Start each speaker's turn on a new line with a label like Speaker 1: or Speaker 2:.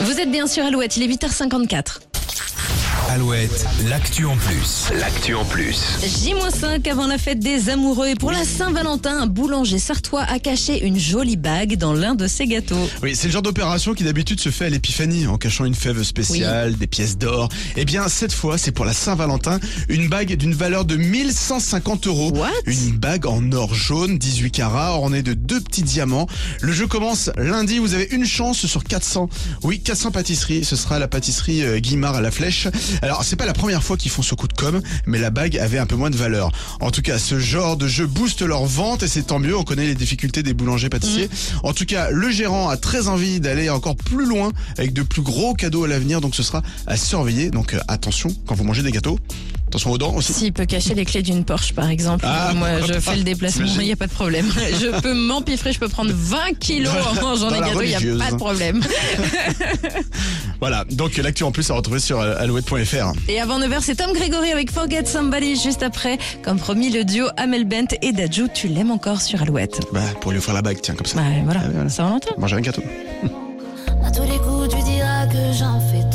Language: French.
Speaker 1: Vous êtes bien sûr Alouette, il est 8h54.
Speaker 2: Alouette, l'actu en plus.
Speaker 3: L'actu en plus.
Speaker 1: J-5 avant la fête des amoureux et pour la Saint-Valentin, un boulanger sartois a caché une jolie bague dans l'un de ses gâteaux.
Speaker 4: Oui, c'est le genre d'opération qui d'habitude se fait à l'épiphanie, en cachant une fève spéciale, des pièces d'or. Eh bien, cette fois, c'est pour la Saint-Valentin, une bague d'une valeur de 1150 euros.
Speaker 1: What
Speaker 4: une bague en or jaune, 18 carats, ornée de deux petits diamants. Le jeu commence lundi, vous avez une chance sur 400. Oui, 400 pâtisseries, ce sera la pâtisserie euh, Guimard à la flèche. Alors, c'est pas la première fois qu'ils font ce coup de com', mais la bague avait un peu moins de valeur. En tout cas, ce genre de jeu booste leurs ventes et c'est tant mieux, on connaît les difficultés des boulangers-pâtissiers. En tout cas, le gérant a très envie d'aller encore plus loin avec de plus gros cadeaux à l'avenir, donc ce sera à surveiller. Donc euh, attention quand vous mangez des gâteaux. Attention aux dents aussi.
Speaker 1: S'il peut cacher les clés d'une Porsche par exemple,
Speaker 4: Ah,
Speaker 1: moi je
Speaker 4: pourquoi
Speaker 1: fais
Speaker 4: pas
Speaker 1: le déplacement,
Speaker 4: T'imagines
Speaker 1: il n'y a pas de problème. Je peux m'empiffrer, je peux prendre 20 kilos en mangeant
Speaker 4: Dans
Speaker 1: des
Speaker 4: la
Speaker 1: gâteaux, il n'y a
Speaker 4: religieuse. hein.
Speaker 1: pas de problème.
Speaker 4: Voilà, donc l'actu en plus à retrouver sur euh, alouette.fr.
Speaker 1: Et avant 9h, c'est Tom Grégory avec Forget Somebody juste après. Comme promis, le duo Amel Bent et Dajou, tu l'aimes encore sur Alouette.
Speaker 4: Bah, pour lui offrir la bague, tiens, comme ça.
Speaker 1: Ouais, voilà,
Speaker 4: Ah, voilà.
Speaker 1: ça on l'entend.
Speaker 4: Manger un gâteau.
Speaker 5: À tous les coups, tu diras que j'en fais